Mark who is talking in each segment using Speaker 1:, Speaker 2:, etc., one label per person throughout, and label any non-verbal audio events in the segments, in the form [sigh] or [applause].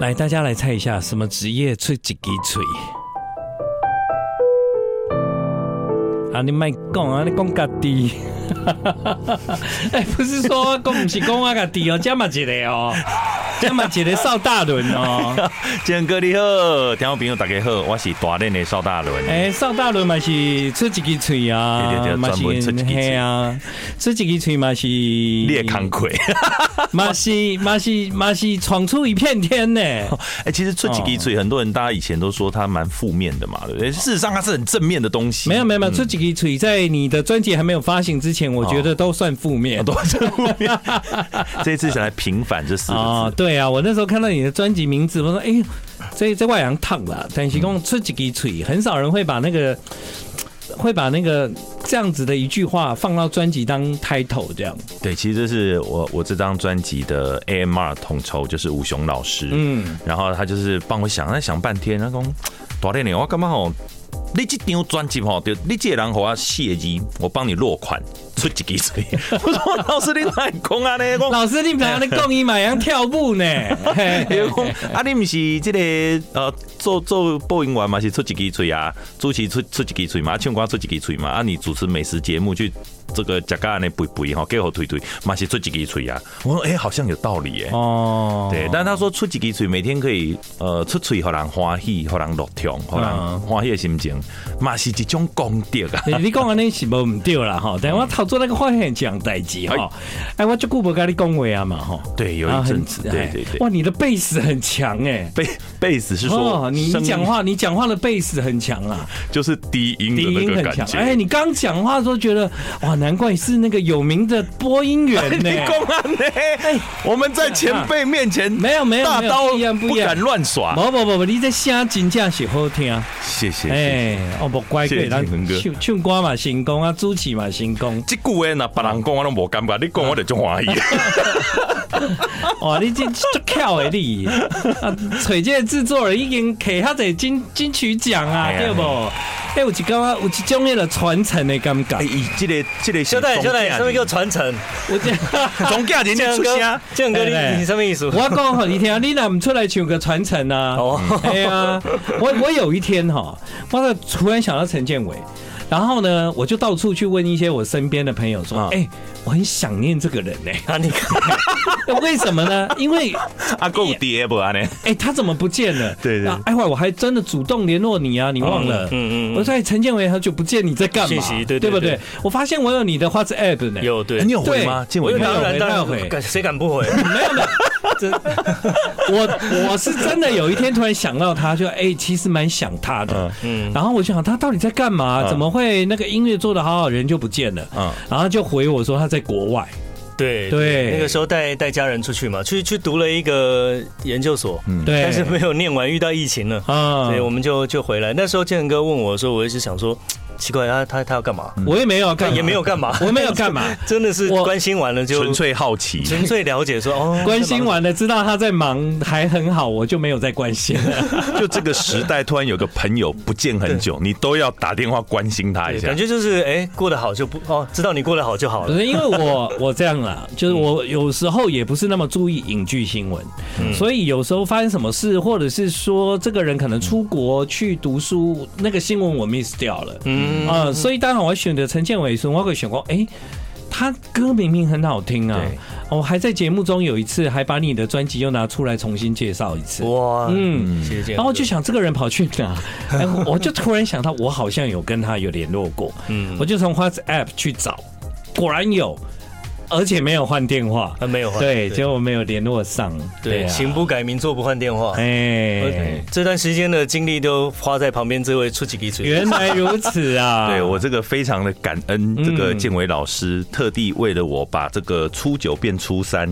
Speaker 1: 来，大家来猜一下，什么职业最一支嘴？啊，你卖讲啊，你讲家己。 [laughs] 哎、不是说讲不是讲啊家己哦，这么一个哦，这么一个邵大伦哦。
Speaker 2: 建哥你好，听众朋友大家好，我是大连的邵大伦。
Speaker 1: 哎、邵大伦嘛是出一支嘴啊
Speaker 2: 对对，对
Speaker 1: 嘛
Speaker 2: 专门出一支嘴
Speaker 1: 嘿啊，出一支嘴嘛是
Speaker 2: 你的康亏，
Speaker 1: 嘛是嘛是嘛是闯出一片天呢。
Speaker 2: 哎，其实出几支嘴，很多人大家以前都说它蛮负面的嘛，对不哦对？事实上它是很正面的东西，
Speaker 1: 没有没有没有，这几个处在你的专辑还没有发行之前，我觉得都算负面。
Speaker 2: 多正面。 [laughs] 这一次想来平反这四
Speaker 1: 哦
Speaker 2: 个，字，
Speaker 1: 对啊，我那时候看到你的专辑名字，我说哎呦，这这外洋烫了，但是讲出几个嘴，很少人会把那个会把那个这样子的一句话放到专辑当 title 这样。
Speaker 2: 对，其实这是我我这张专辑的 AMR 统筹，就是吴雄老师，
Speaker 1: 嗯，
Speaker 2: 然后他就是帮我想，他想半天，他讲大连的，我干嘛吼？你这张专辑吼，就你这个人给我谢字，我帮你落款出几支水。 [laughs] 我说老师你哪会讲啊呢？我
Speaker 1: 老师，你们拿那共一买洋跳舞呢？嘿
Speaker 2: 伊讲 [laughs] 啊，你毋是这个呃做做播音员嘛是出一支嘴啊，主持出出一支嘴嘛，啊唱歌出一支嘴嘛，啊你主持美食节目去这个食咖安尼肥肥吼，给我推推嘛是出一支嘴啊。我说哎、好像有道理哎、
Speaker 1: 哦，
Speaker 2: 对，但他说出几支嘴，每天可以呃出嘴，互人欢喜，互人乐听，互人
Speaker 1: 嗯
Speaker 2: 欢喜的心情，嘛是一种功德啊。
Speaker 1: 你你讲安尼是无毋对啦吼，但我头做那个发现讲代志吼，哎，我就久无跟你讲话啊嘛吼。
Speaker 2: 对，有
Speaker 1: 啊，
Speaker 2: 一
Speaker 1: 很
Speaker 2: 阵子，
Speaker 1: 哎
Speaker 2: 对对对，
Speaker 1: 哇，你的贝斯很强哎、
Speaker 2: 贝贝斯是说
Speaker 1: 哦你你
Speaker 2: 声音
Speaker 1: 讲话，你讲话的贝斯很强啊，
Speaker 2: 就是低音
Speaker 1: 低
Speaker 2: 的那
Speaker 1: 音
Speaker 2: 个
Speaker 1: 很
Speaker 2: 感
Speaker 1: 强。
Speaker 2: 觉。
Speaker 1: 哎、你刚讲话的时候觉得哇，难怪是那个有名的播音员呢、
Speaker 2: [laughs] 你公安呢？我们在前辈面前
Speaker 1: 没有没有
Speaker 2: 大
Speaker 1: 没有
Speaker 2: 刀
Speaker 1: 不一样不一样
Speaker 2: 敢乱耍。
Speaker 1: 不不不不，你这声真正是好听，
Speaker 2: 谢谢。谢谢
Speaker 1: 哎、哦不乖
Speaker 2: 谢谢
Speaker 1: 乖，咱
Speaker 2: 景恒哥，
Speaker 1: 唱唱歌嘛成功啊，主持嘛成功
Speaker 2: 这句话呢，别人讲我都无感觉，你讲我就中欢喜。
Speaker 1: 哇，你这这巧的你，啊，找这个制作人已经摕遐侪金金曲奖啊，
Speaker 2: 哎呀
Speaker 1: 对不？哎、有一感觉，有一种迄个传承的感觉
Speaker 2: [laughs] 哎，。伊这个这个
Speaker 3: 兄
Speaker 2: 小
Speaker 3: 弟，兄弟，什么叫传承？
Speaker 1: 我这。
Speaker 2: 总价人家
Speaker 3: 建
Speaker 2: 出
Speaker 3: 哥
Speaker 2: 声？，
Speaker 3: 建哥，
Speaker 1: 哎
Speaker 3: 你
Speaker 1: 哎
Speaker 3: 你什么意思？
Speaker 1: 我讲给你听，你若唔出来唱个传承
Speaker 2: [laughs]
Speaker 1: 啊？
Speaker 3: 哦
Speaker 1: 哎呀，我我有一天哈，我突然想到陈建伟，然后呢，我就到处去问一些我身边的朋友说
Speaker 2: 啊，
Speaker 1: 哎、我很想念这个人呢、 [laughs]
Speaker 3: 啊，你看，
Speaker 1: 为什么呢？因为
Speaker 2: 啊，够跌不安呢？
Speaker 1: 哎、他怎么不见了？
Speaker 2: 对对
Speaker 1: 啊哎，我还真的主动联络你啊，你忘了？
Speaker 3: 嗯嗯嗯
Speaker 1: 我说哎陈建伟好久不见，你在干嘛？
Speaker 3: 讯息对对
Speaker 1: 对不
Speaker 3: 对
Speaker 1: 对？我发现我有你的花 h a app 呢。
Speaker 3: 有对
Speaker 2: 哎，你有回吗？
Speaker 1: 对
Speaker 2: 建
Speaker 3: 我
Speaker 2: 伟
Speaker 3: 有
Speaker 2: 你有
Speaker 3: 当
Speaker 2: 回
Speaker 3: 然
Speaker 1: 回
Speaker 3: 当
Speaker 1: 他有回
Speaker 3: 然，敢谁敢不回？
Speaker 1: 没有没有，这我我是真的有一天突然想到他，就哎、其实蛮想他的。
Speaker 3: 嗯，
Speaker 1: 然后我就想他到底在干嘛？
Speaker 2: 嗯
Speaker 1: 怎么会那个音乐做的好好，人就不见了？
Speaker 2: 嗯
Speaker 1: 然后就回我说他在国外。
Speaker 3: 嗯
Speaker 1: [laughs]
Speaker 3: 对
Speaker 1: 对
Speaker 3: 那个时候带带家人出去嘛，去去读了一个研究所，
Speaker 1: 对，
Speaker 3: 但是没有念完，遇到疫情了，
Speaker 1: 啊
Speaker 3: 所以我们就就回来。那时候建哥问我的时候，我一直想说，奇怪，他他他要干嘛？
Speaker 1: 我也没有干嘛，
Speaker 3: 也没有干嘛，
Speaker 1: 嗯我没有干嘛
Speaker 3: [laughs] 真的是
Speaker 1: 我
Speaker 3: 关心完了就
Speaker 2: 纯粹好奇。
Speaker 3: 纯粹了解说哦，
Speaker 1: 关心完了，知道他在忙还很好，我就没有再关心了。
Speaker 2: [laughs] 就这个时代，突然有个朋友不见很久，你都要打电话关心他一
Speaker 3: 对
Speaker 2: 下
Speaker 3: 感。觉就是哎，过得好就不哦，知道你过得好就好嗯
Speaker 1: 不
Speaker 3: 了。
Speaker 1: 是因为我我这样啦，就是我有时候也不是那么注意影剧新闻，
Speaker 3: 嗯
Speaker 1: 所以有时候发生什么事，或者是说这个人可能出国去读书，那个新闻我 miss 掉了。
Speaker 3: 嗯
Speaker 1: 啊、所以当然我选择陈建伟的时候，我会选过，哎、他歌明明很好听啊
Speaker 2: 对，
Speaker 1: 我、还在节目中有一次还把你的专辑又拿出来重新介绍一次，
Speaker 3: 哇，
Speaker 1: 嗯。
Speaker 3: 谢谢建哥。
Speaker 1: 然后我就想这个人跑去
Speaker 2: [laughs]
Speaker 1: 哪，然后我就突然想到，我好像有跟他有联络过，
Speaker 3: 嗯
Speaker 1: 我就从 WhatsApp 去找，果然有，而且没有换电话，
Speaker 3: 啊没有换
Speaker 1: 对，
Speaker 3: 对
Speaker 1: 结果没有联络上，
Speaker 3: 对，
Speaker 1: 啊
Speaker 3: 行不改名，坐不换电话。呃
Speaker 1: 哎，
Speaker 3: 这段时间的精力都花在旁边这位出几滴嘴。
Speaker 1: 原来如此啊，
Speaker 2: [laughs] 对我这个非常的感恩，这个建伟老师特地为了我把这个初九变初三，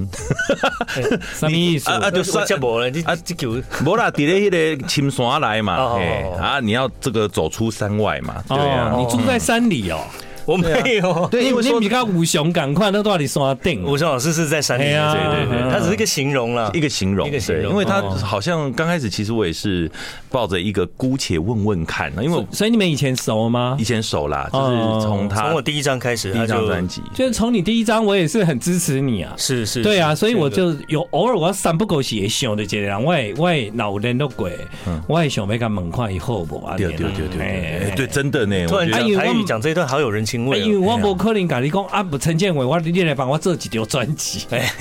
Speaker 1: 什么意思？
Speaker 2: 啊啊就算
Speaker 3: 接驳了，你
Speaker 2: 啊
Speaker 3: 啊这球
Speaker 2: 无啦，伫咧迄个青山来嘛，
Speaker 3: 哦
Speaker 2: 嘿
Speaker 3: 哦哦
Speaker 2: 啊，你要这个走出山外嘛，对
Speaker 1: 哦，
Speaker 2: 啊，
Speaker 1: 你住在山里哦，
Speaker 3: 我没有。
Speaker 1: 对，
Speaker 2: 对，因为
Speaker 1: 你
Speaker 2: 说
Speaker 1: 比较武雄，赶快那到底山顶？
Speaker 3: 武松老师是在山里
Speaker 1: 哎
Speaker 3: 面，
Speaker 1: 呀
Speaker 2: 对对对
Speaker 3: 他只是一个形容啦
Speaker 2: 一。个形容，
Speaker 3: 一个形容
Speaker 2: 对因为他
Speaker 1: 哦
Speaker 2: 好像刚开始，其实我也是抱着一个姑且问问看，啊因为我
Speaker 1: 所以你们以前熟吗
Speaker 2: 以？前熟啦，就
Speaker 1: 哦
Speaker 2: 是从他
Speaker 3: 从我第一张开始，
Speaker 2: 第
Speaker 3: 他
Speaker 2: 一张
Speaker 3: 就
Speaker 2: 专辑，
Speaker 1: 就是从你第一张，我也是很支持你啊。
Speaker 3: 是是，
Speaker 1: 对啊，
Speaker 3: 是
Speaker 1: 所以我
Speaker 3: 这个
Speaker 1: 就有偶尔我三不狗时会想的这个人，我也我也脑联络过，我也想要甲问看伊好无啊？
Speaker 2: 嗯对对对对
Speaker 1: 哎
Speaker 2: 对，哎对，真的呢，
Speaker 3: 突
Speaker 2: 我
Speaker 3: 然
Speaker 2: 觉
Speaker 1: 哎
Speaker 2: 得
Speaker 1: 因
Speaker 3: 讲
Speaker 1: 为
Speaker 3: 台
Speaker 1: 我
Speaker 3: 语
Speaker 1: 们
Speaker 3: 讲这一段好有人情味哦。
Speaker 1: 因为我无可能甲你讲啊，不陈建伟，我你来帮我做几条专
Speaker 2: [laughs]
Speaker 1: 辑，
Speaker 3: 哎，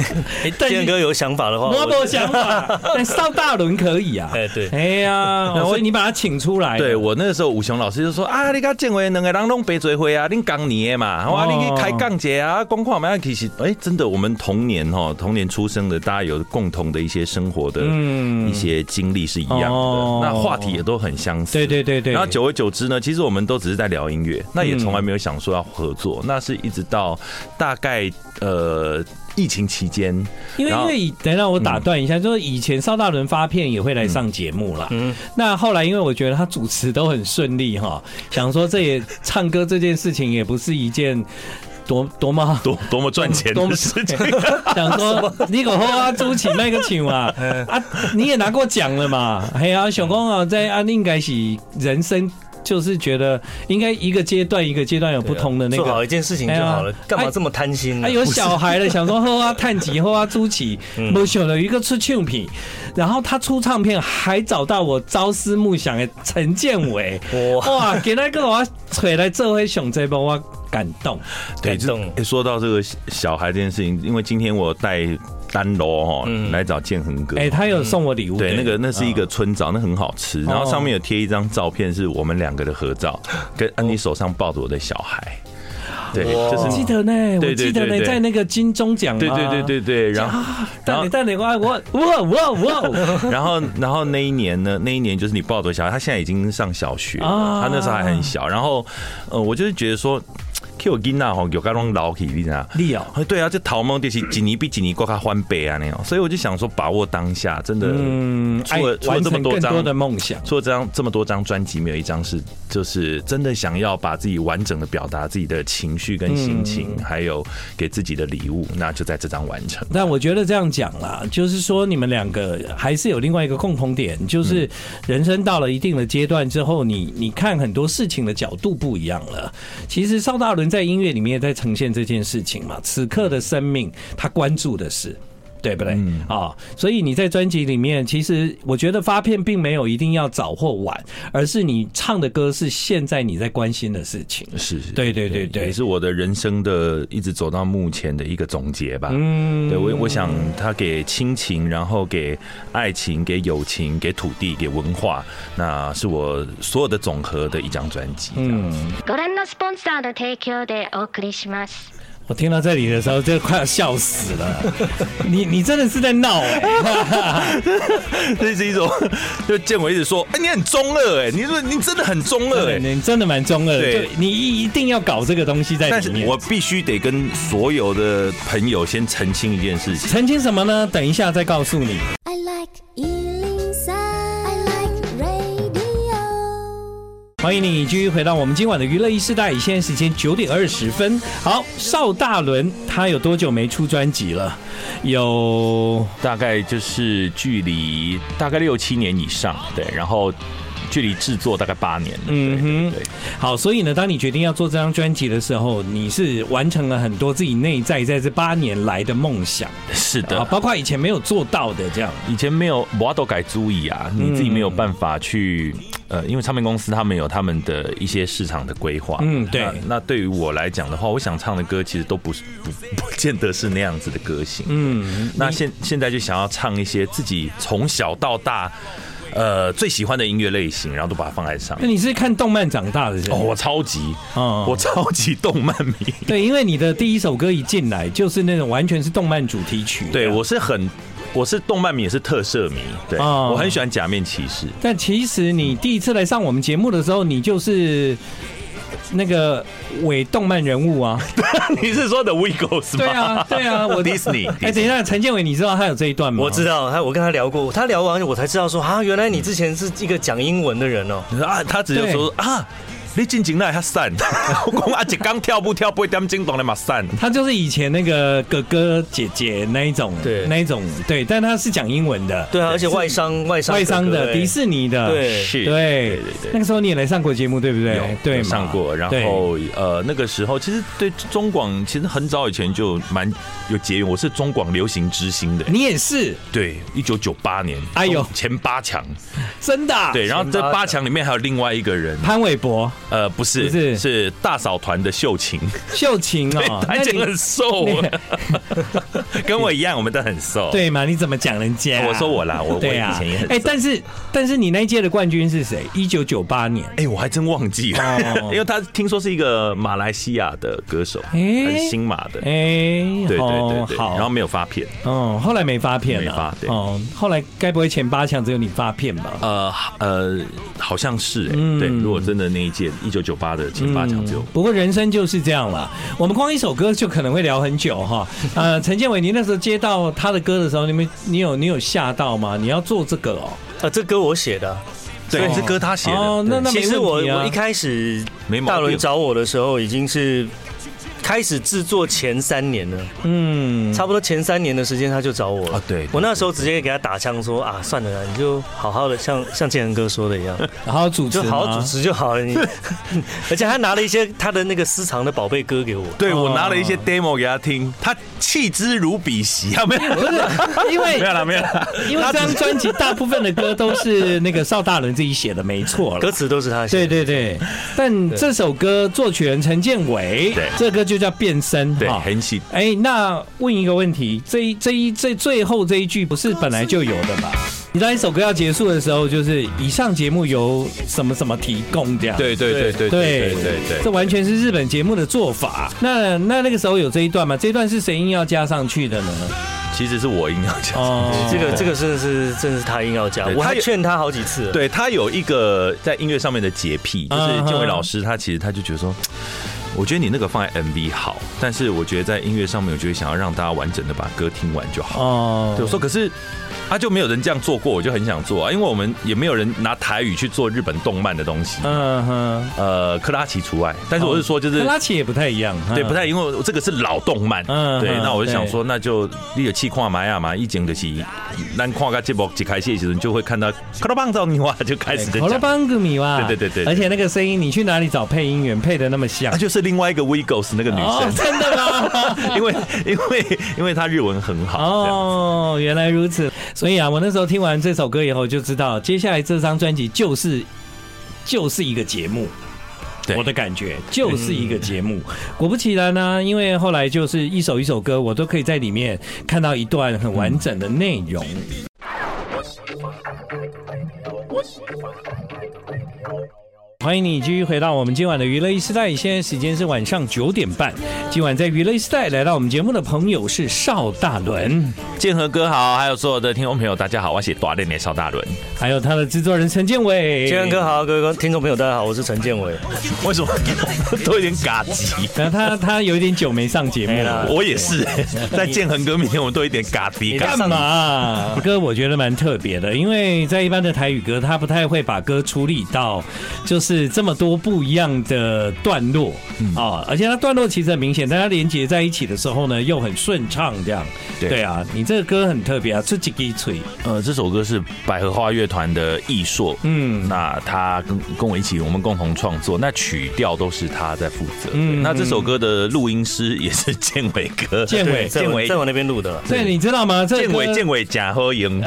Speaker 1: 但是
Speaker 3: 建哥有想法的话，
Speaker 1: [laughs] 我无想
Speaker 2: [laughs]
Speaker 1: 法，但邵大伦可以啊。
Speaker 3: 哎对，
Speaker 1: 哎呀，所以你把他请出来，
Speaker 2: 对我那时候，武雄老师就说啊，你甲建伟两个人拢白做伙啊，恁讲你的嘛，哇，
Speaker 1: 哦
Speaker 2: 你去开讲者啊，光看嘛，其实哎，真的，我们童年哈，童年出生的，大家有共同的一些生活的
Speaker 1: 嗯
Speaker 2: 一些经历是一样
Speaker 1: 哦
Speaker 2: 的，那话题也都很相似，
Speaker 1: 对对对对，
Speaker 2: 然后久而久之呢，其实我们都只是在聊音乐，那也
Speaker 1: 嗯
Speaker 2: 从来没有想说要合作。那是一直到大概呃疫情期间， [laughs]
Speaker 1: 因为
Speaker 2: 然
Speaker 1: 因
Speaker 2: 后嗯
Speaker 1: 为以等一下我打断一下，就是以前邵大伦发片也会来上节目啦。
Speaker 3: 嗯
Speaker 1: 那后来因为我觉得他主持都很顺利哈，想说这也唱歌这件事情也不是一件多多么。
Speaker 2: 多多么赚钱
Speaker 1: 多么
Speaker 2: 的事情，
Speaker 1: [laughs] 想说你可好啊，朱启那个请
Speaker 2: [laughs]
Speaker 1: 嘛
Speaker 2: 哎
Speaker 1: 啊，你也拿过奖了嘛？哎呀、啊，小公啊，在啊，应该是人生就是觉得应该一个阶段一个阶段有不同的那
Speaker 2: 啊
Speaker 3: 做
Speaker 1: 个
Speaker 3: 好一件事情就好
Speaker 1: 哎
Speaker 3: 了
Speaker 1: 呀，
Speaker 3: 干嘛这么贪心
Speaker 2: 嗯
Speaker 3: 呢
Speaker 1: 他？哎有小孩了，想说喝啊探吉，喝啊朱启，
Speaker 2: 嗯
Speaker 1: 我选了一个出唱片，然后他出唱片还找到我朝思暮想的陈建伟，
Speaker 3: 哇，
Speaker 1: 哇，给那个我吹来这回熊这波我感动，
Speaker 2: 对，
Speaker 3: 感
Speaker 2: 就
Speaker 3: 动
Speaker 2: 诶说到这个小孩这件事情，因为今天我带丹楼哈
Speaker 3: 嗯
Speaker 2: 来找建恒哥，
Speaker 1: 哎，他嗯哦有送我礼物，
Speaker 2: 对，那个那是一个春枣，那很好吃。然后上面有贴一张照片，是我们两个的合照，跟安妮手上抱着我的小孩。对，
Speaker 3: 哇
Speaker 2: 就
Speaker 1: 我
Speaker 2: 是
Speaker 1: 哦记得呢，我
Speaker 2: 对对
Speaker 1: 记得
Speaker 2: 对
Speaker 1: 呢，
Speaker 2: 对
Speaker 1: 在那个金钟奖，
Speaker 2: 对对对。对对，
Speaker 1: 啊
Speaker 2: 然后。然
Speaker 1: 但
Speaker 2: 后
Speaker 1: 你但你我我我我
Speaker 2: [laughs]
Speaker 1: 我， [laughs]
Speaker 2: 然后，然后那一年呢？那一年就是你抱着小孩，他现在已经上小学了，
Speaker 1: 啊
Speaker 2: 他那时候还很小。然后，呃，我就是觉得说，Q 金娜吼有刚刚老起，你知道？
Speaker 1: 你哦，
Speaker 2: 对啊，这桃梦就是几年比几年过他翻倍啊那样，所以我就想说，把握当下，真的。
Speaker 1: 嗯，
Speaker 2: 呃出
Speaker 1: 哎
Speaker 2: 了出了
Speaker 1: 完
Speaker 2: 这么
Speaker 1: 成
Speaker 2: 多
Speaker 1: 更
Speaker 2: 张
Speaker 1: 多的梦想，
Speaker 2: 做这张这么多张专辑，没有一张是就是真的想要把自己完整的表达自己的情绪跟心情，
Speaker 1: 嗯
Speaker 2: 还有给自己的礼物，那就在这张完成。
Speaker 1: 但我觉得这样讲啦，就是说你们两个还是有另外一个共同点，就是人生到了一定的阶段之后，你你看很多事情的角度不一样了。其实邵大伦在音乐里面也在呈现这件事情嘛，此刻的生命他关注的是。对不对啊、所以你在专辑里面，其实我觉得发片并没有一定要早或晚，而是你唱的歌是现在你在关心的事情。
Speaker 2: 是，是
Speaker 1: 对对对对
Speaker 2: 也是我的人生的一直走到目前的一个总结吧。
Speaker 1: 嗯，
Speaker 2: 对我，我想他给亲情，然后给爱情，给友情，给土地，给文化，那是我所有的总和的一张专辑。嗯，
Speaker 4: ご覧のスポンサーの提供でお送りします。
Speaker 1: 我听到这里的时候，就快要笑死了。你你真的是在闹哎、
Speaker 2: [laughs] 这是一种， [laughs] 就建伟一直说，哎、你很中二哎、你说你真的很中二 [laughs] 哎、
Speaker 1: 你真的蛮中二的，
Speaker 2: 对
Speaker 1: 就你一一定要搞这个东西在
Speaker 2: 但
Speaker 1: 里
Speaker 2: 是
Speaker 1: 面。
Speaker 2: 我必须得跟所有的朋友先澄清一件事情。
Speaker 1: 澄清什么呢？等一下再告诉你。
Speaker 5: I like Ealing Sound. I like radio.
Speaker 1: 欢迎你继续回到我们今晚的娱乐一世代，现在时间九点二十分。好，邵大伦他有多久没出专辑了？有
Speaker 2: 大概就是距离大概六七年以上，对，然后距离制作大概八年了，
Speaker 1: 嗯哼
Speaker 2: 对对对
Speaker 1: 好，所以呢，当你决定要做这张专辑的时候，你是完成了很多自己内在在这八年来的梦想
Speaker 2: 是的。
Speaker 1: 啊，包括以前没有做到的这样。
Speaker 2: 以前没有我都改注意啊，你自己没有办法去，呃，因为唱片公司他们有他们的一些市场的规划，
Speaker 1: 嗯对
Speaker 2: 那那对于我来讲的话，我想唱的歌其实都不 [laughs] 是不不见得是那样子的歌型，
Speaker 1: 嗯，
Speaker 2: 那现现在就想要唱一些自己从小到大，呃，最喜欢的音乐类型，然后都把它放在上
Speaker 1: 那。你是看动漫长大的是
Speaker 2: 哦，
Speaker 1: 吗？
Speaker 2: 我超级，
Speaker 1: 哦
Speaker 2: 我超级动漫迷。
Speaker 1: 对，因为你的第一首歌一进来就是那种完全是动漫主题曲。
Speaker 2: 对我是很，我是动漫迷，也是特摄迷。对，
Speaker 1: 哦
Speaker 2: 我很喜欢假面骑士。
Speaker 1: 但其实你第一次来上我们节目的时候，你就是那个伪动漫人物啊。
Speaker 2: [laughs] 你是说 The Wiggles 吗？
Speaker 1: 对啊，对啊， [laughs] 我
Speaker 2: [laughs] Disney
Speaker 1: 哎，等一下，陈建伟，你知道他有这一段吗？
Speaker 3: 我知道他，我跟他聊过，他聊完我才知道说啊，原来你之前是一个讲英文的人哦。
Speaker 2: 啊，他只是说啊。你进前那还散， [laughs] 我讲啊，一刚跳舞跳八点钟，当然嘛散。
Speaker 1: 他就是以前那个哥哥姐姐那一种，
Speaker 3: 对
Speaker 1: 那一种，对，但他是讲英文的，
Speaker 3: 对啊，而且外商外商
Speaker 1: 外商
Speaker 3: 哥哥
Speaker 1: 的，
Speaker 3: 哎
Speaker 1: 迪士尼的，
Speaker 3: 对
Speaker 2: 是，
Speaker 1: 对
Speaker 2: 对对
Speaker 1: 那个时候你也来上过节目，对不
Speaker 2: 有
Speaker 1: 对？对
Speaker 2: 有
Speaker 1: 嘛，
Speaker 2: 上过，然
Speaker 1: 对
Speaker 2: 后呃那个时候其实对中广其实很早以前就蛮有结缘，我是中广流行之星的，
Speaker 1: 你也是，
Speaker 2: 对，一九九八年，
Speaker 1: 嗯哎呦
Speaker 2: 中前八强，
Speaker 1: 真的啊、
Speaker 2: 对，然后这
Speaker 3: 前八
Speaker 2: 八强里面还有另外一个人，
Speaker 1: 潘玮柏、
Speaker 2: 呃，不是，
Speaker 1: 不是
Speaker 2: 是大嫂团的秀琴，
Speaker 1: 秀琴
Speaker 2: [laughs]
Speaker 1: 哦，
Speaker 2: 她
Speaker 1: 那
Speaker 2: 以前
Speaker 1: 你
Speaker 2: 很瘦啊
Speaker 1: 那，
Speaker 2: 跟我一样，我们都很瘦，，
Speaker 1: 对嘛？你怎么讲人家？
Speaker 2: 我说我啦，我我以
Speaker 1: 对啊
Speaker 2: 前也，很
Speaker 1: 哎，
Speaker 2: 瘦，
Speaker 1: 但是但是你那一届的冠军是谁？一九九八年，
Speaker 2: 哎，我还真忘记了，
Speaker 1: 哦
Speaker 2: 因为他听说是一个马来西亚的歌手，他
Speaker 1: 哎
Speaker 2: 是新马的，
Speaker 1: 哎，
Speaker 2: 对对
Speaker 1: 哦
Speaker 2: 对对，
Speaker 1: 好，
Speaker 2: 然后没有发片。
Speaker 1: 哦，后来没发片
Speaker 2: 没发
Speaker 1: 了，
Speaker 2: 对
Speaker 1: 哦，后来该不会前八强只有你发片吧？
Speaker 2: 呃呃，好像是哎、
Speaker 1: 嗯
Speaker 2: 对，如果真的那一届一九九八的前八强只有、
Speaker 1: 不过人生就是这样啦，我们光一首歌就可能会聊很久哈。呃，陈建伟，你那时候接到他的歌的时候，你们你有你有吓到吗？你要做这个哦、
Speaker 3: 啊，这歌我写的啊。
Speaker 2: 对，是歌他写的，
Speaker 1: 哦，那那没
Speaker 3: 其实我
Speaker 1: 问题啊
Speaker 3: 我一开始
Speaker 2: 没毛病
Speaker 3: 大伦找我的时候，已经是开始制作前三年了，
Speaker 1: 嗯，
Speaker 3: 差不多前三年的时间他就找我了
Speaker 2: 啊对对
Speaker 3: 我那时候直接给他打枪说啊，算了啦，你就好好的像像建恒哥说的一样，
Speaker 1: 好好主持
Speaker 3: 就
Speaker 1: 吗，
Speaker 3: 好好主持就好了。你， [laughs] 而且他拿了一些他的那个私藏的宝贝歌给我，
Speaker 2: 对我
Speaker 1: 哦
Speaker 2: 拿了一些 demo 给他听，他弃之如敝屣啊，没有
Speaker 1: 不是 [laughs] 因为
Speaker 2: 没有啦，没有啦，
Speaker 1: 因为这张专辑大部分的歌都是那个邵大伦自己写的，没错
Speaker 3: 歌 [laughs]
Speaker 1: 了。
Speaker 3: 词都是他写
Speaker 1: 对对
Speaker 3: 的。
Speaker 1: 对，但这首歌作曲人陈建伟
Speaker 2: 对，
Speaker 1: 这歌就叫《变身》
Speaker 2: 对，
Speaker 1: 哈
Speaker 2: 很喜
Speaker 1: 哎，那问一个问题，这一这一这最后这一句不是本来就有的吧？你当一首歌要结束的时候，就是以上节目由什么什么提供这样。
Speaker 2: 对对对对对对对
Speaker 1: 这完全是日本节目的做法。那那那个时候有这一段吗？这一段是谁硬要加上去的呢？
Speaker 2: 其实是我硬要讲。
Speaker 1: 哦，
Speaker 3: 这个这个真的是真的是他硬要加，
Speaker 2: 对
Speaker 3: 我
Speaker 2: 他
Speaker 3: 还
Speaker 2: 也
Speaker 3: 劝他好几次了。
Speaker 2: 对他有一个在音乐上面的洁癖，就是
Speaker 1: 嗯
Speaker 2: 建伟老师，他其实他就觉得说，我觉得你那个放在 MV 好，但是我觉得在音乐上面，我觉得想要让大家完整的把歌听完就好。
Speaker 1: 哦
Speaker 2: 对，我说可是啊，就没有人这样做过，我就很想做啊，因为我们也没有人拿台语去做日本动漫的东西，
Speaker 1: 嗯哼，
Speaker 2: 呃，克拉奇除外。但是我是说，就
Speaker 1: 跟
Speaker 2: 是
Speaker 1: 拉奇也不太一样，
Speaker 2: 对，
Speaker 1: 嗯
Speaker 2: 不太，因为这个是老动漫，
Speaker 1: 嗯
Speaker 2: 对。
Speaker 1: 嗯
Speaker 2: 那我就想
Speaker 1: 对
Speaker 2: 说，那就你有气看埋啊嘛，一整就是咱看个节目一开始的时候，你就会看到克拉棒造你哇，就开始在
Speaker 1: 好了，
Speaker 2: 讲。
Speaker 1: 邦格米哇，
Speaker 2: 对对对对对
Speaker 1: 而且那个声音，你去哪里找配音员配的那么像
Speaker 2: 啊，？就是另外一个 Wegos 那个女
Speaker 1: 哦，
Speaker 2: 生，
Speaker 1: 真的吗？
Speaker 2: [laughs] 因为因为因为她日文很好，这样
Speaker 1: 哦，原来如此。所以啊，我那时候听完这首歌以后就知道，接下来这张专辑就是就是一个节目。
Speaker 2: 对
Speaker 1: 我的感觉就是一个节目，果不其然呢、因为后来就是一首一首歌，我都可以在里面看到一段很完整的内容。欢迎你继续回到我们今晚的娱乐一时代，现在时间是晚上九点半。今晚在娱乐一时代来到我们节目的朋友是邵大伦，
Speaker 2: 建和哥好，还有所有的听众朋友，大家好，我是大练的邵大 [laughs] 伦。
Speaker 1: 还有他的制作人陈建伟。
Speaker 3: 建恒哥好，各位观听众朋友大家好，我是陈建伟。
Speaker 2: 为什么都有点嘎 [laughs] 叽？
Speaker 1: 然后他他有一点久没上节目
Speaker 3: 没
Speaker 1: 了
Speaker 3: 啦。
Speaker 2: 我也 [laughs] 是，在建恒哥面前，我们都有一点嘎滴嘎
Speaker 1: 干。嘛、 [laughs] 歌我觉得蛮特别的，因为在一般的台语歌，他不太会把歌处理到就是这么多不一样的段落啊、
Speaker 2: 嗯
Speaker 1: 哦而且它段落其实很明显，但它连接在一起的时候呢，又很顺畅，这样。
Speaker 2: 对
Speaker 1: 啊，你这个歌很特别啊，出几滴嘴，
Speaker 2: 呃，这首歌是百合花乐团的艺硕，
Speaker 1: 嗯
Speaker 2: 嗯，那他跟跟我一起，我们共同创作，那曲调都是他在负责。
Speaker 1: 嗯
Speaker 2: 嗯，那这首歌的录音师也是建伟哥，
Speaker 1: 建伟
Speaker 3: 对在
Speaker 2: 建
Speaker 3: 我
Speaker 2: 伟
Speaker 3: 在我那边录的了。
Speaker 1: 对，你知道吗？这个
Speaker 2: 建
Speaker 1: 歌
Speaker 2: 伟建伟假喝赢，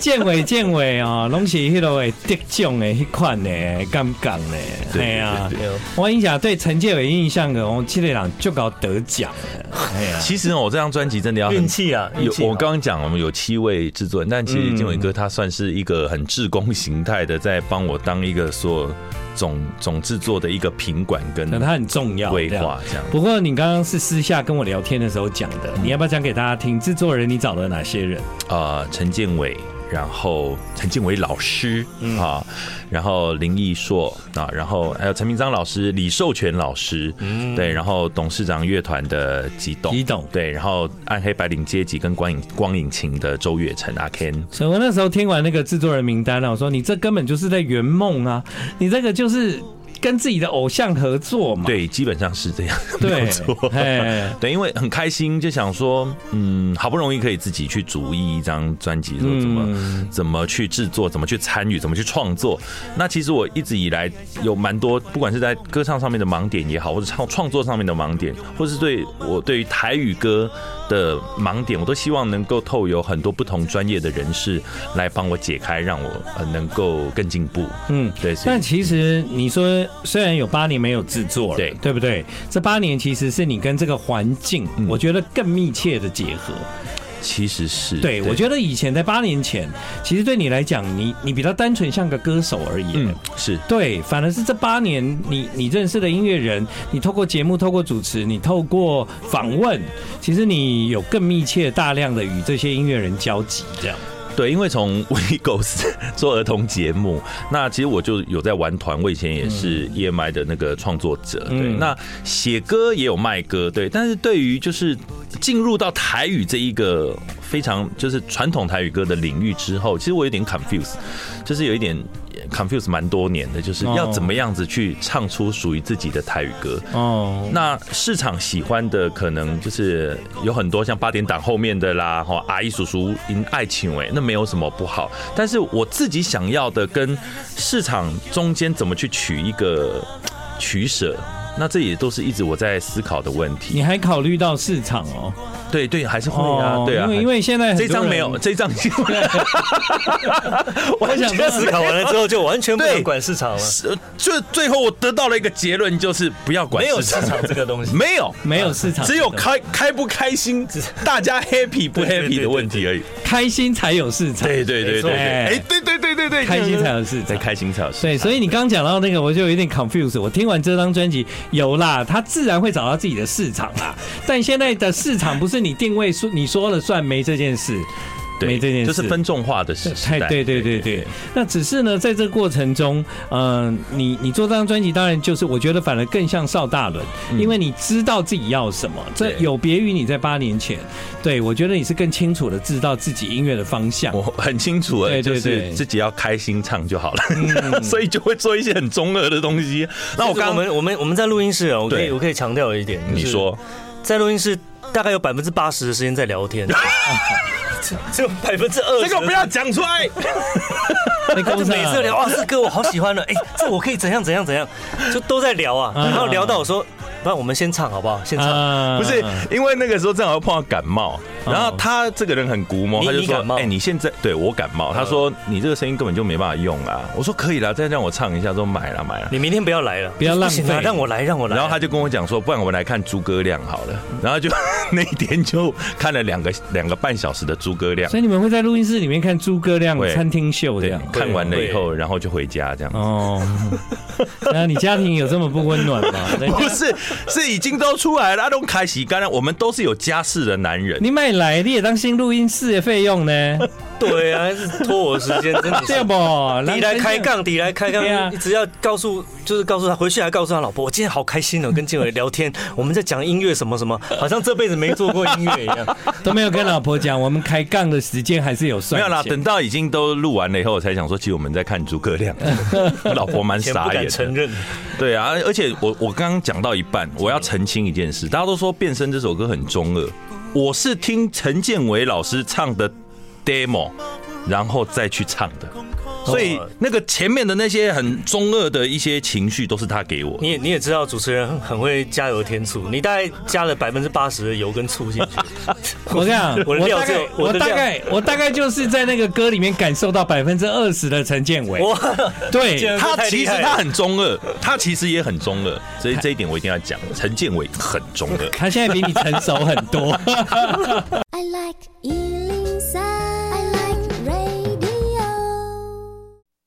Speaker 1: 建伟建伟哦，拢是迄落诶得奖诶迄款诶感觉咧，
Speaker 2: 对
Speaker 1: 嘿啊
Speaker 2: 对
Speaker 3: 对对，
Speaker 1: 我印象对陈建伟印象个，我这个人就搞得奖的，哎呀，
Speaker 2: 其实哦我这张专辑真的要很
Speaker 3: 运气啊运
Speaker 2: 有
Speaker 3: 气
Speaker 2: 我
Speaker 3: 好
Speaker 2: 刚刚讲我们有七位制作人，但其实
Speaker 1: 嗯
Speaker 2: 建伟哥他算是一个很志工形态的，在帮我当一个所有总总制作的一个品管跟
Speaker 1: 那他很重要。
Speaker 2: 嗯规
Speaker 1: 这样
Speaker 2: 划这样。嗯
Speaker 1: 不过你刚刚是私下跟我聊天的时候讲的，你要不要讲给大家听？制作人你找了哪些人？
Speaker 2: 啊，陈建伟、然后陈建伟老师
Speaker 1: 嗯
Speaker 2: 啊，然后林毅硕啊，然后还有陈明章老师、李寿全老师，对，然后董事长乐团的吉董，
Speaker 1: 嗯吉董
Speaker 2: 对，然后暗黑白领阶级跟光影光影情的周月成阿 Ken，
Speaker 1: 所以我那时候听完那个制作人名单啊，我说你这根本就是在圆梦啊，你这个就是跟自己的偶像合作嘛。
Speaker 2: 对，基本上是这样， [laughs] 没有
Speaker 1: 对
Speaker 2: 错，
Speaker 1: 哎，
Speaker 2: 对，因为很开心，就想说，嗯，好不容易可以自己去主意一张专辑，说怎么、
Speaker 1: 嗯
Speaker 2: 怎么去制作，怎么去参与，怎么去创作。那其实我一直以来有蛮多，不管是在歌唱上面的盲点也好，或者唱创作上面的盲点，或是对我对于台语歌的盲点，我都希望能够透有很多不同专业的人士来帮我解开，让我呃能够更进步。
Speaker 1: 嗯。
Speaker 2: 对，所以
Speaker 1: 但其实你说，虽然有八年没有制作了，
Speaker 2: 对
Speaker 1: 对不对？这八年其实是你跟这个环境，
Speaker 2: 嗯
Speaker 1: 我觉得更密切的结合。
Speaker 2: 其实是
Speaker 1: 对，我
Speaker 2: 得
Speaker 1: 觉得以前在八年前，其实对你来讲，你你比较单纯像个歌手而已。
Speaker 2: 嗯是
Speaker 1: 对，反而是这八年，你你认识的音乐人，你透过节目，透过主持，你透过访问，其实你有更密切、大量的与这些音乐人交集，这样。
Speaker 2: 对，因为从 Weegos [laughs] 做儿童节目，那其实我就有在玩团，我以前也是 EMI 的那个创作者，对，
Speaker 1: 嗯
Speaker 2: 那写歌也有卖歌，对，但是对于就是进入到台语这一个非常就是传统台语歌的领域之后，其实我有点 confuse，就是有一点 confuse 蛮多年的，就是要
Speaker 1: 哦
Speaker 2: 怎么样子去唱出属于自己的台语歌，
Speaker 1: 哦，
Speaker 2: 那市场喜欢的可能就是有很多像八点档后面的啦，哈，阿姨叔叔因爱情哎，那没有什么不好。但是我自己想要的跟市场中间怎么去取一个嘖取舍，那这也都是一直我在思考的问题。
Speaker 1: 你还考虑到市场哦？
Speaker 2: 对对，还是会啊，对啊，
Speaker 1: 因为因为现在很多
Speaker 2: 这张
Speaker 1: 人嗯
Speaker 2: 没有，这张我
Speaker 1: 想说
Speaker 3: 思考完了之后就完全不
Speaker 2: 对
Speaker 3: 能管市场了，
Speaker 2: 是就最后我得到了一个结论，就是不要管
Speaker 3: 没有
Speaker 2: 市
Speaker 3: 市
Speaker 2: 场，
Speaker 3: 场这个 [laughs] 东西。
Speaker 2: 没有。
Speaker 1: 没有市场，
Speaker 2: 只有开开不开心，大家 happy 不
Speaker 3: 对对
Speaker 2: happy
Speaker 3: 对
Speaker 2: 的问题而已。
Speaker 1: 开心才有市场，
Speaker 2: 对对对对
Speaker 3: 没错
Speaker 2: 对，
Speaker 1: 哎
Speaker 2: 哎，对对对对对，
Speaker 1: 开心才有市
Speaker 2: 在
Speaker 1: 场。
Speaker 2: 开心才有事。
Speaker 1: 对，所以你刚讲到那个，我就有点 confused。我听完这张专辑，有啦，他自然会找到自己的市场啦。但现在的市场不是你定位说你说了算，没这件事，
Speaker 2: 对
Speaker 1: 没这件事，
Speaker 2: 就是分众化的时
Speaker 1: 太
Speaker 2: 时代。
Speaker 1: 对对对对，那只是呢，在这个过程中，嗯、你你做这张专辑，当然就是我觉得反而更像邵大伦，因为你知道自己要什么，这
Speaker 2: 嗯对
Speaker 1: 有别于你在八年前。对我觉得你是更清楚的知道自己音乐的方向
Speaker 2: 我。很清楚哎，
Speaker 1: 对对
Speaker 2: 就
Speaker 1: 对嗯
Speaker 2: 是自己要开心唱就好了， [laughs] 所以就会做一些很中二的东西。那我
Speaker 3: 就是
Speaker 2: 刚
Speaker 3: 我们我们我们在录音室啊，我可以
Speaker 2: 对
Speaker 3: 我可以强调一点，就是
Speaker 2: 你说
Speaker 3: 在录音室大概有百分之八十的时间在聊天， [laughs] 只只有百分之二
Speaker 2: 这个不要讲出来，
Speaker 1: 嗯那
Speaker 2: [laughs]
Speaker 3: 他就
Speaker 1: 工厂
Speaker 3: 每次聊哇，这歌我好喜欢了，哎、这我可以怎样怎样怎样，就都在聊啊，
Speaker 1: 嗯
Speaker 3: 然后聊到我说，不然我们先唱好不好？先唱。
Speaker 1: 啊
Speaker 2: 不是因为那个时候正好碰到感冒，
Speaker 1: 哦
Speaker 2: 然后他这个人很古摸，
Speaker 3: 你
Speaker 2: 他就
Speaker 3: 你
Speaker 2: 说
Speaker 3: 感：“冒
Speaker 2: 哎，你现在对我感冒。”他
Speaker 1: 嗯
Speaker 2: 说：“你这个声音根本就没办法用啊。”我说：“可以啦，再让我唱一下。”说：“买了买了。”
Speaker 3: 你明天不要来了，
Speaker 1: 不要浪费
Speaker 3: 行啊让我来，让我来。
Speaker 2: 然后他就跟我讲说，不然我们来看诸葛亮好了。然后就 [laughs] 那一天就看了两个两个半小时的诸葛亮
Speaker 1: 所，以你们会在录音室里面看诸葛亮
Speaker 2: 会
Speaker 1: 餐厅秀这
Speaker 2: 对
Speaker 1: 样，。
Speaker 2: 看完了以后，然后就回家这样。
Speaker 1: 哦， [laughs] 那你家庭有这么不温暖吗？
Speaker 3: [laughs]
Speaker 1: 人
Speaker 2: 不
Speaker 1: 家
Speaker 2: 是，是已经都出来了，阿东开洗干了。我们都是有家室的男人，
Speaker 1: 你买来你也当新录音室的费用呢，
Speaker 3: [laughs] 对啊，是拖我时间，
Speaker 1: [laughs]
Speaker 3: 真的
Speaker 1: 对
Speaker 3: 是。
Speaker 1: 不？
Speaker 3: 你来开杠，你来开
Speaker 1: 对啊
Speaker 3: 杠，一直要告诉，就是告诉他，回去还告诉他老婆，我今天好开心哦，跟建伟聊天，我们在讲音乐什么什么，好像这辈子没做过音乐一样。
Speaker 2: [laughs]
Speaker 1: 都没有跟老婆讲，我们开杠的时间还是有算
Speaker 2: 没有
Speaker 1: 钱
Speaker 2: 啦。等到已经都录完了以后，我才想说，其实我们在看诸葛
Speaker 3: [laughs]
Speaker 2: 亮。我老婆蛮
Speaker 3: 以前不
Speaker 2: 傻眼
Speaker 3: 敢承
Speaker 2: 的。
Speaker 3: 认，
Speaker 2: 对啊，而且我我刚刚讲到一
Speaker 3: 嗯
Speaker 2: 半，我要澄清一件事，大家都说《变身》这首歌很中二，我是听陈建伟老师唱的 demo，然后再去唱的，所以
Speaker 3: 哦
Speaker 2: 那个前面的那些很中二的一些情绪都是他给我的。
Speaker 3: 你也你也知道，主持人很很会加油添醋，你大概加了百分之八十的油跟醋进去。
Speaker 1: 我这样，
Speaker 3: 我的
Speaker 1: 我
Speaker 3: 料
Speaker 1: 大
Speaker 3: 只
Speaker 1: 概
Speaker 3: 有
Speaker 1: 我
Speaker 3: 我的
Speaker 1: 大
Speaker 3: 料
Speaker 1: 概我大概就是在那个歌里面感受到百分之二十的陈建伟，
Speaker 3: [laughs] 哇，
Speaker 1: 对
Speaker 3: 建
Speaker 2: 他其实
Speaker 3: 太厉害了
Speaker 2: 他很中二，他其实也很中二，所以这一点我一定要讲。陈建伟很中二，
Speaker 1: 他现在比你成熟很
Speaker 3: [laughs]
Speaker 1: 多。
Speaker 5: I like Ealing Sound. I like radio.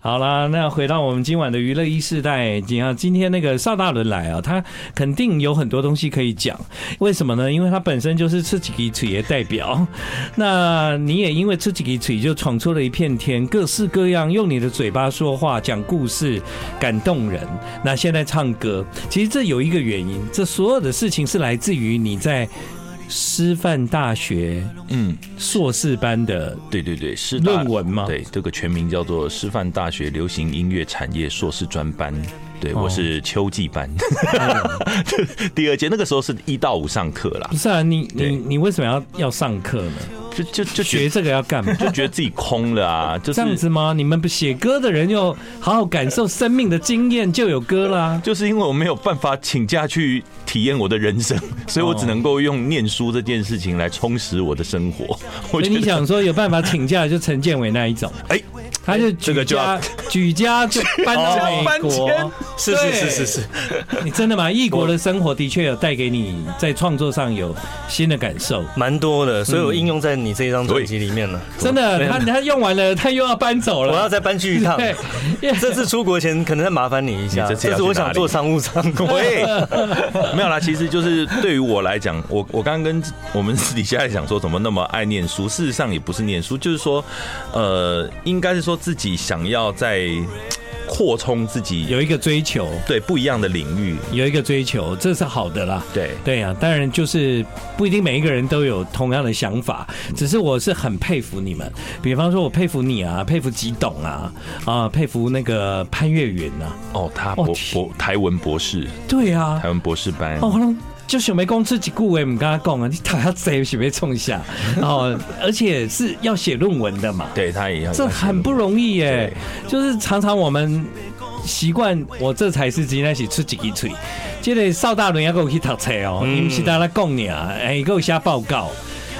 Speaker 1: 好啦，那回到我们今晚的娱乐一世代，你看今天那个邵大伦来啊，他肯定有很多东西可以讲。为什么呢？因为他本身就是自己给嘴的代表。那你也因为自己给嘴就闯出了一片天，各式各样，用你的嘴巴说话，讲故事，感动人。那现在唱歌，其实这有一个原因，这所有的事情是来自于你在师范大学
Speaker 2: 嗯，
Speaker 1: 硕士班的
Speaker 2: 对对对，师大
Speaker 1: 论文吗？
Speaker 2: 对，这个全名叫做师范大学流行音乐产业硕士专班。对，
Speaker 1: 哦
Speaker 2: 我是秋季班，
Speaker 1: [laughs]
Speaker 2: 第二届那个时候是一到五上课啦
Speaker 1: 不，是啊，你
Speaker 2: 对
Speaker 1: 你你为什么要要上课呢？
Speaker 2: 就就就觉
Speaker 1: 学这个要干
Speaker 2: [laughs]
Speaker 1: 嘛？
Speaker 2: 就觉得自己空了啊，就
Speaker 1: 这样
Speaker 2: 是
Speaker 1: 子吗？你们不写歌的人又好好感受生命的经验，就有歌啦。
Speaker 2: 就是因为我没有办法请假去体验我的人生，所以我只能够用念书这件事情来充实我的生活。我
Speaker 1: 所以
Speaker 2: 觉
Speaker 1: 你
Speaker 2: 得
Speaker 1: 想说有办法请假，就陈建伟那一种，
Speaker 2: 哎，
Speaker 1: 他就举
Speaker 2: 这个就
Speaker 1: 家
Speaker 2: 要
Speaker 1: 举家就搬
Speaker 2: [laughs]
Speaker 1: 到
Speaker 2: 哦
Speaker 1: 美
Speaker 2: 搬
Speaker 1: 国
Speaker 2: 迁。
Speaker 3: 是是是是是，
Speaker 1: 你真的吗？异国的生活的确有带给你在创作上有新的感受。
Speaker 3: 蛮多的，所以我应用在你这张专辑里面了。
Speaker 1: 真的，他他用完了，他又要搬走
Speaker 3: 我
Speaker 1: 了。
Speaker 3: 要再搬去一趟。
Speaker 1: 对，
Speaker 3: [laughs] 这次出国前可能再麻烦你一下，
Speaker 2: 你这次要去
Speaker 3: 次我想
Speaker 2: 哪里
Speaker 3: 坐商务舱。
Speaker 2: [laughs] 喂，没有啦，其实就是对于我来讲，我我刚刚跟我们私底下在讲说，怎么那么爱念书？事实上也不是念书，就是说，呃，应该是说自己想要在扩充自
Speaker 1: [laughs]
Speaker 2: 己
Speaker 1: 有一个追求，
Speaker 2: 对不一样的领域，
Speaker 1: 有一个追求，这是好的啦。
Speaker 2: 对。
Speaker 1: 对呀、当然就是不一定每一个人都有同样的想法，只是我是很佩服你们。比方说，我佩服你啊，佩服吉董啊，啊，佩服那个潘越云啊。
Speaker 2: 哦，他
Speaker 1: 哦
Speaker 2: 博
Speaker 1: 天
Speaker 2: 博台文博士，
Speaker 1: 对啊
Speaker 2: 台，文博士班
Speaker 1: 哦，，我拢就是没公司几句话唔跟他讲啊，你他要谁是被冲下，哦，而且是要写论文的嘛。
Speaker 2: 对他也要
Speaker 1: 这很不容易耶，就是常常我们习惯我这才是真正是出一支嘴。这个邵大伦要给我去读册哦，
Speaker 3: 嗯
Speaker 1: 你不是大家讲你啊，哎，给我下报告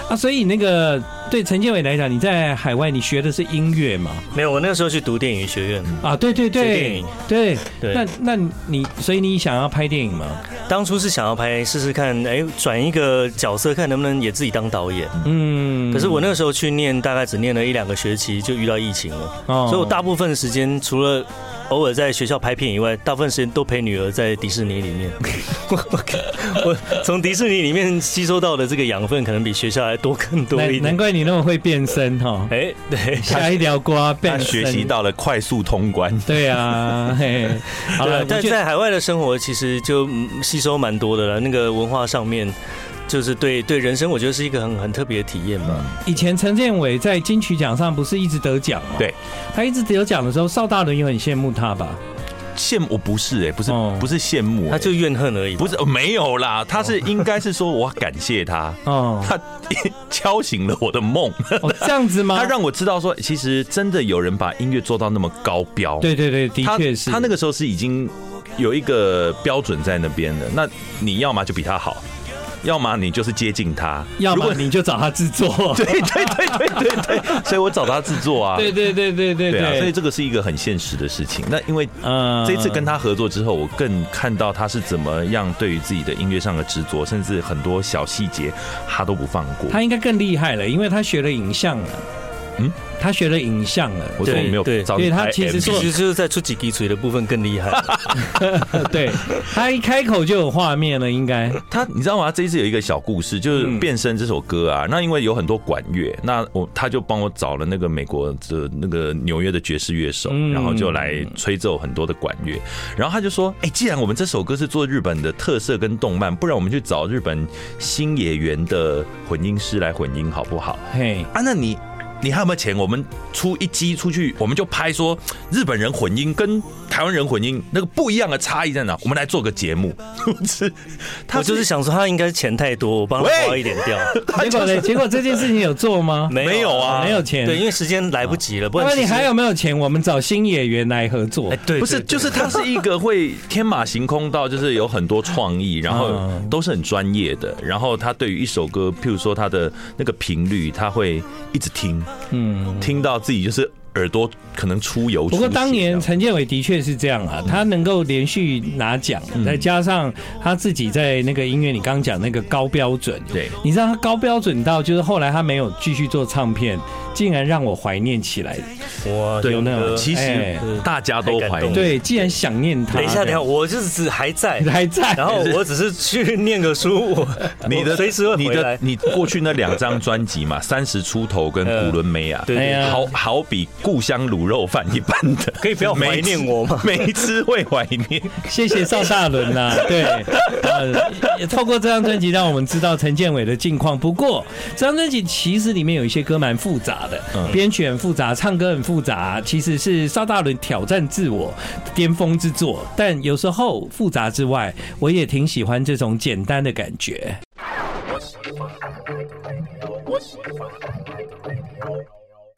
Speaker 1: 啊。所以那个对陈建伟来讲，你在海外你学的是音乐嘛？
Speaker 3: [laughs] 没有，我那个时候去读电影学院，
Speaker 1: 啊，对对
Speaker 3: 学电
Speaker 1: 对
Speaker 3: 影
Speaker 1: 对，
Speaker 3: 对
Speaker 1: 那那你所以你想要拍电影吗？
Speaker 3: 当初是想要拍试试看，哎，转一个角色看能不能也自己当导演。
Speaker 1: 嗯，
Speaker 3: 可是我那个时候去念，大概只念了一两个学期，就遇到疫情了，
Speaker 1: 哦
Speaker 3: 所以我大部分时间除了。偶尔在学校拍片以外，大部分时间都陪女儿在迪士尼里面。 [laughs] 我我我从迪士尼里面吸收到的这个养分，可能比学校还多更多一
Speaker 1: 嗯难难
Speaker 3: 点。
Speaker 1: 怪你那么会变身哈，
Speaker 3: 哎，对，
Speaker 1: [laughs] 下一条瓜
Speaker 2: 他
Speaker 1: 变身
Speaker 2: 学习到了快速通关。
Speaker 1: 对啊，嘿，好了，
Speaker 3: 但
Speaker 1: 我觉得
Speaker 3: 在海外的生活其实就嗯吸收蛮多的了，那个文化上面，就是对对人生，我觉得是一个很很特别的体验吧。
Speaker 1: 以前陈建伟在金曲奖上不是一直得奖吗？
Speaker 2: 对，
Speaker 1: 他一直得奖的时候，邵大伦也很羡慕他吧？
Speaker 2: 羡慕我不是哎，不是
Speaker 1: 哦
Speaker 2: 不是羡慕欸，
Speaker 3: 他就怨恨而已吧，
Speaker 2: 不是哦没有啦，他是应该是说我感谢他， [laughs]
Speaker 1: 哦，
Speaker 2: 他敲醒了我的梦，
Speaker 1: 哦这样子吗？
Speaker 2: 他让我知道说，其实真的有人把音乐做到那么高标。，
Speaker 1: 对对对，的
Speaker 2: 他
Speaker 1: 确是
Speaker 2: 他那个时候是已经有一个标准在那边的，那你要么就比他好，要么你就是接近他。
Speaker 1: 要
Speaker 2: 如
Speaker 1: 么
Speaker 2: 果
Speaker 1: 你就找他制作。
Speaker 2: [laughs] 对对对对对对，所以我找他制作啊。
Speaker 1: 对对对对对
Speaker 2: 对啊，所以
Speaker 1: 对，
Speaker 2: 这个是一个很现实的事情。那因为
Speaker 1: 嗯
Speaker 2: 这次跟他合作之后，我更看到他是怎么样对于自己的音乐上的执着，甚至很多小细节他都不放过。
Speaker 1: 他应该更厉害了，因为他学了影像了。嗯
Speaker 2: 嗯，
Speaker 1: 他学了影像了。 [laughs]
Speaker 2: 我说我
Speaker 3: 对
Speaker 2: 没有
Speaker 3: 对
Speaker 2: 找
Speaker 1: 对
Speaker 2: 你
Speaker 1: 他
Speaker 2: 拍
Speaker 1: 其实
Speaker 2: MV
Speaker 1: 做
Speaker 3: 其实就是在出几滴水的部分更厉害。
Speaker 1: [laughs] 对，他一开口就有画面了，应该。
Speaker 2: 他，你知道吗？他这一次有一个小故事，就是
Speaker 1: 嗯
Speaker 2: 《变身》这首歌啊。那因为有很多管乐，那我他就帮我找了那个美国的那个纽约的爵士乐手，
Speaker 1: 嗯
Speaker 2: 然后就来吹奏很多的管乐。然后他就说：“哎、既然我们这首歌是做日本的特色跟动漫，不然我们去找日本新野原的混音师来混音好不好？”
Speaker 1: 嘿，
Speaker 2: 啊，那你你还有没有钱？我们出一机出去，我们就拍说日本人混音跟台湾人混音那个不一样的差异在哪？我们来做个节目。 [laughs] 是，
Speaker 3: 我就是想说，他应该是钱太多，我帮他
Speaker 2: 喂
Speaker 3: 花一点掉。
Speaker 1: 结果
Speaker 2: [laughs]
Speaker 1: 呢？结果这件事情有做吗？
Speaker 2: 没有
Speaker 1: [laughs]
Speaker 2: 啊
Speaker 1: 没有钱。
Speaker 3: 对，因为时间来不及了，不然
Speaker 1: 那你
Speaker 3: 其实
Speaker 1: 还有没有钱？我们找新演员来合作
Speaker 3: 哎，。对，
Speaker 2: 不是，
Speaker 3: 对
Speaker 2: 就是它是一个会天马行空到，就是有很多创意，然后
Speaker 3: 啊
Speaker 1: 嗯
Speaker 2: 都是很专业的。然后他对于一首歌，譬如说它的那个频率，他会一直听，
Speaker 1: 嗯，
Speaker 2: 听到自己就是耳朵可能出油。
Speaker 1: 不过
Speaker 2: 出血
Speaker 1: 当
Speaker 2: 这
Speaker 1: 年
Speaker 2: 样
Speaker 1: 陈建伟的确是这样
Speaker 3: 嗯
Speaker 1: 啊，他能够连续拿奖，再加上他自己在那个音乐，你刚讲那个高标准，
Speaker 2: 对
Speaker 1: 你知道他高标准到就是后来他没有继续做唱片，竟然让我怀念起来。
Speaker 3: 哇，
Speaker 2: 对呃
Speaker 1: 有那种
Speaker 2: 其实
Speaker 1: 哎
Speaker 2: 大家都
Speaker 3: 太感
Speaker 2: 怀
Speaker 3: 动
Speaker 2: 念
Speaker 3: 了。
Speaker 1: 对，既然想念他，
Speaker 3: 等一下，等一下，我就是只还在
Speaker 1: 你， [laughs] 还在，
Speaker 3: 然后我只是去念个书，我
Speaker 2: 你的
Speaker 3: 我随时会
Speaker 2: 你
Speaker 3: 回
Speaker 2: 的
Speaker 3: 来。嗯
Speaker 2: 你过去那两张专辑
Speaker 3: [laughs]
Speaker 2: 嘛，三十出头跟古伦美啊，
Speaker 3: 对
Speaker 1: 哎呀
Speaker 2: 好好比故乡卤肉饭一般的，
Speaker 3: 可以不要怀念我
Speaker 2: [laughs]
Speaker 3: 吗
Speaker 2: 每一次每一次会怀念，
Speaker 1: 谢谢邵大伦呐、对，呃，也透过这张专辑让我们知道陈建伟的近况。不过这张专辑其实里面有一些歌蛮复杂的，编曲很复杂，唱歌很复杂，其实是邵大伦挑战自我巅峰之作。但有时候复杂之外，我也挺喜欢这种简单的感觉。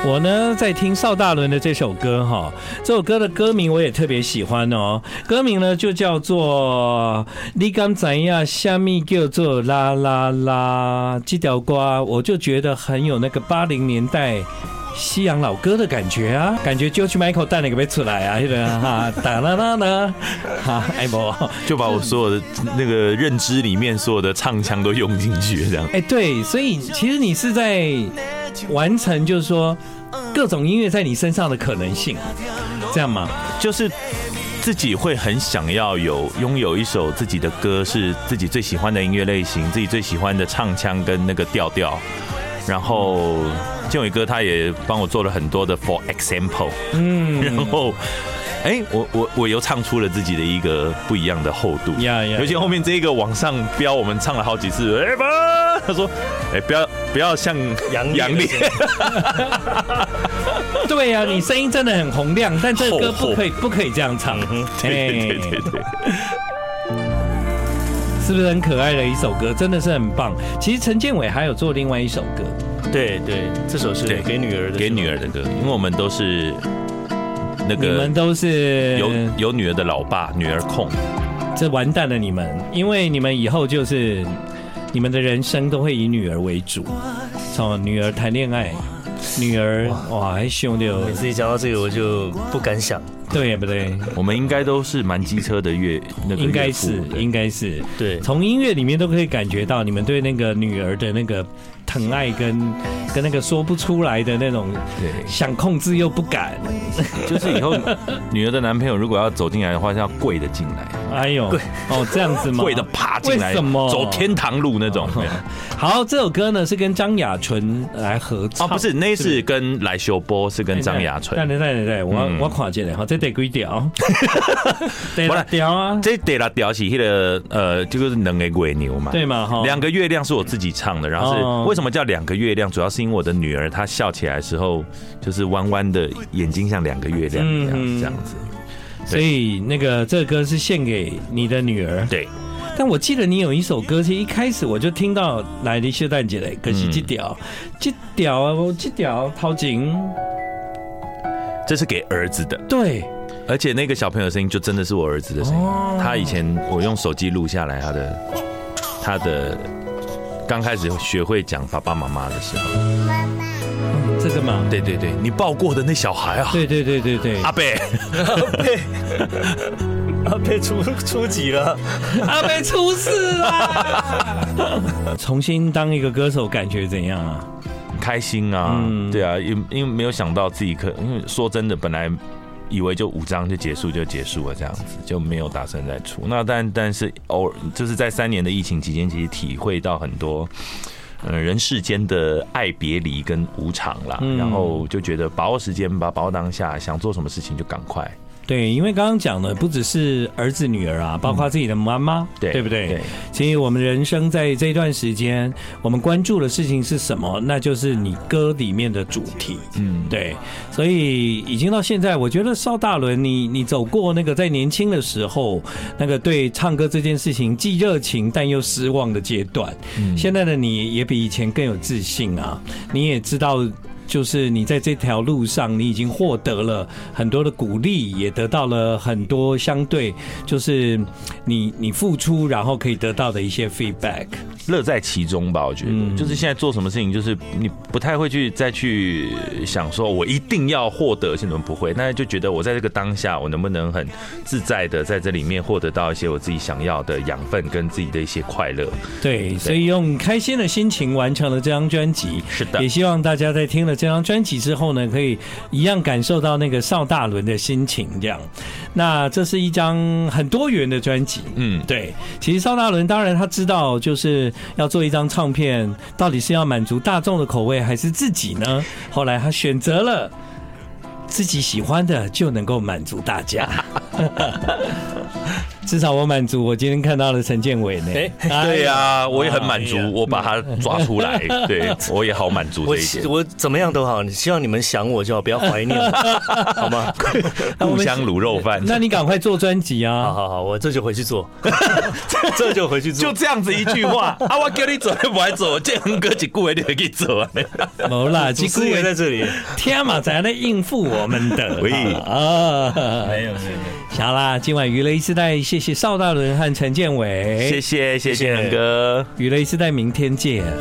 Speaker 1: 我呢在听邵大伦的这首歌哈，这首歌的歌名我也特别喜欢哦，歌名呢就叫做《你敢怎样》，下面叫做啦啦啦，这条瓜我就觉得很有那个八零年代。西洋老歌的感觉啊，感觉 George Michael 带那个没出来啊，那个哈哒啦啦啦，哈哎不，
Speaker 2: 就把我所有的那个认知里面所有的唱腔都用进去，这样。
Speaker 1: 哎对，所以其实你是在完成，就是说各种音乐在你身上的可能性，这样吗？
Speaker 2: 就是自己会很想要有拥有一首自己的歌，是自己最喜欢的音乐类型，自己最喜欢的唱腔跟那个调调。然后建伟哥他也帮我做了很多的 for example，嗯，然后。哎、我我我又唱出了自己的一个不一样的厚度，
Speaker 1: 呀呀
Speaker 2: 尤其后面这一个往上飙，我们唱了好几次。哎、吧，他说，哎、不要不要像
Speaker 3: 杨烈
Speaker 2: 杨烈，
Speaker 1: 对呀、你声音真的很洪亮，但这个歌
Speaker 2: 厚厚
Speaker 1: 不可以不可以这样唱，
Speaker 2: [laughs] 嗯
Speaker 1: 哎
Speaker 2: 对对对对对。
Speaker 1: 是不是很可爱的一首歌？真的是很棒。其实陈建伟还有做另外一首歌，
Speaker 3: 对对，这首是
Speaker 2: 对
Speaker 3: 给女儿的，
Speaker 2: 给女儿的歌，因为我们都是
Speaker 1: 你
Speaker 2: 那个
Speaker 1: 们都是
Speaker 2: 有有女儿的老爸，女儿控，
Speaker 1: 这完蛋了你们，因为你们以后就是你们的人生都会以女儿为主，哦，女儿谈恋爱，女儿哇还凶的哦
Speaker 3: 每，次一讲到这个，我就不敢想。
Speaker 1: 对不对？
Speaker 2: 我们应该都是蛮机车的乐那个
Speaker 1: 应该
Speaker 2: 岳父
Speaker 1: 是
Speaker 2: 的
Speaker 1: 应该是，
Speaker 3: 对，
Speaker 1: 从音乐里面都可以感觉到你们对那个女儿的那个疼爱跟跟那个说不出来的那种
Speaker 2: 对，
Speaker 1: 想控制又不敢，
Speaker 2: 就是以后女儿的男朋友如果要走进来的话，是要跪着进
Speaker 1: [laughs]
Speaker 2: 来，
Speaker 1: 哎呦，哦这样子吗？
Speaker 2: 跪着爬进来，
Speaker 1: 为什么哦
Speaker 2: 走天堂路那种？ [laughs]
Speaker 1: 好，这首歌呢是跟张雅纯来合
Speaker 2: 哦，
Speaker 1: 唱，
Speaker 2: 不是，那是跟来修波，是跟张雅
Speaker 1: 对
Speaker 2: 纯。
Speaker 1: 对对对对，我
Speaker 2: 嗯
Speaker 1: 我看见了，好，这得几条，得
Speaker 2: [laughs] 不
Speaker 1: 啦
Speaker 2: 然
Speaker 1: 条啊，
Speaker 2: 这得了屌起那个呃，这个是能给鬼牛嘛？
Speaker 1: 对嘛哈，
Speaker 2: 两个月亮是我自己唱的，然后
Speaker 1: 哦
Speaker 2: 是为什么叫两个月亮？主要是因为我的女儿她笑起来的时候，就是弯弯的眼睛像两个月亮一
Speaker 1: 嗯
Speaker 2: 样这样子。
Speaker 1: 所以那个这个歌是献给你的女儿，
Speaker 2: 对，
Speaker 1: 但我记得你有一首歌，是一开始我就听到来的秀蛋姐嘞，可是这条，这条啊，我这条陶景，
Speaker 2: 这是给儿子的，
Speaker 1: 对，
Speaker 2: 而且那个小朋友的声音就真的是我儿子的声
Speaker 1: 哦
Speaker 2: 音。他以前我用手机录下来他的他的刚开始学会讲爸爸妈妈的时候，
Speaker 1: 这个嘛，
Speaker 2: 对对对，你抱过的那小孩啊，
Speaker 1: 对对对对对，
Speaker 2: 阿贝，
Speaker 3: 啊，被出 [laughs] 出级了，
Speaker 1: 阿贝出事啦！ [laughs] 重新当一个歌手感觉怎样啊？
Speaker 2: 开心啊，
Speaker 1: 嗯
Speaker 2: 对啊，因因为没有想到自己可，因为说真的，本来以为就五张就结束就结束了这样子，就没有打算再出。那但但是偶尔就是在三年的疫情期间，其实体会到很多。嗯，人世间的爱别离跟无常啦，
Speaker 1: 嗯
Speaker 2: 然后就觉得把握时间吧，把握当下，想做什么事情就赶快。
Speaker 1: 对，因为刚刚讲的不只是儿子女儿啊，包括自己的妈妈，
Speaker 2: 嗯对
Speaker 1: 对不对？
Speaker 2: 对
Speaker 1: 其实我们人生在这段时间，我们关注的事情是什么？那就是你歌里面的主题。
Speaker 2: 嗯，
Speaker 1: 对，所以已经到现在，我觉得邵大伦你，你走过那个在年轻的时候，那个对唱歌这件事情既热情但又失望的阶段，
Speaker 2: 嗯
Speaker 1: 现在的你也比以前更有自信啊，你也知道。就是你在这条路上，你已经获得了很多的鼓励，也得到了很多相对就是你你付出，然后可以得到的一些 feedback。
Speaker 2: 乐在其中吧，我觉得，
Speaker 1: 嗯
Speaker 2: 就是现在做什么事情，就是你不太会去再去想说，我一定要获得，现在不会，那就觉得我在这个当下，我能不能很自在的在这里面获得到一些我自己想要的养分跟自己的一些快乐。
Speaker 1: 对，所以用开心的心情完成了这张专辑。
Speaker 2: 是的
Speaker 1: 也希望大家在听了这张专辑之后呢，可以一样感受到那个邵大伦的心情。这样，那这是一张很多元的专辑。
Speaker 2: 嗯，
Speaker 1: 对，其实邵大伦当然他知道，就是要做一张唱片，到底是要满足大众的口味，还是自己呢？后来他选择了自己喜欢的就能够满足大家。 [laughs] 至少我满足，我今天看到了陈建伟呢。
Speaker 3: [laughs] 哎
Speaker 2: 对呀、我也很
Speaker 1: 哎
Speaker 2: 满足
Speaker 1: 呀，
Speaker 2: 我把它抓出来，
Speaker 1: [laughs]
Speaker 2: 对我也好满足
Speaker 3: 我
Speaker 2: 这一点。
Speaker 3: 我怎么样都好，希望你们想我就好，不要怀念我，好吗？
Speaker 1: 那我
Speaker 2: 故
Speaker 1: 们
Speaker 2: 乡卤肉饭，
Speaker 1: 那你赶快做专辑
Speaker 3: [laughs] 好
Speaker 1: 啊！
Speaker 3: 好好，我这就回去做，这就回去做
Speaker 2: 就。这样子一句话啊！我叫你走，你不爱走，建恒哥一句话你就去
Speaker 1: [laughs]
Speaker 2: 走啊！
Speaker 1: 没啦，
Speaker 3: 主
Speaker 1: 几
Speaker 3: 持人在
Speaker 1: 位
Speaker 3: 这里，
Speaker 1: 天马才来应付我们
Speaker 3: [laughs]
Speaker 1: 的。
Speaker 2: 喂
Speaker 1: 啊，
Speaker 3: 嗯没有没有。
Speaker 1: 好啦，今晚娱乐一时代，谢谢邵大伦和陈建伟。
Speaker 2: 谢谢谢谢恒哥。
Speaker 1: 娱乐一时代，明天见。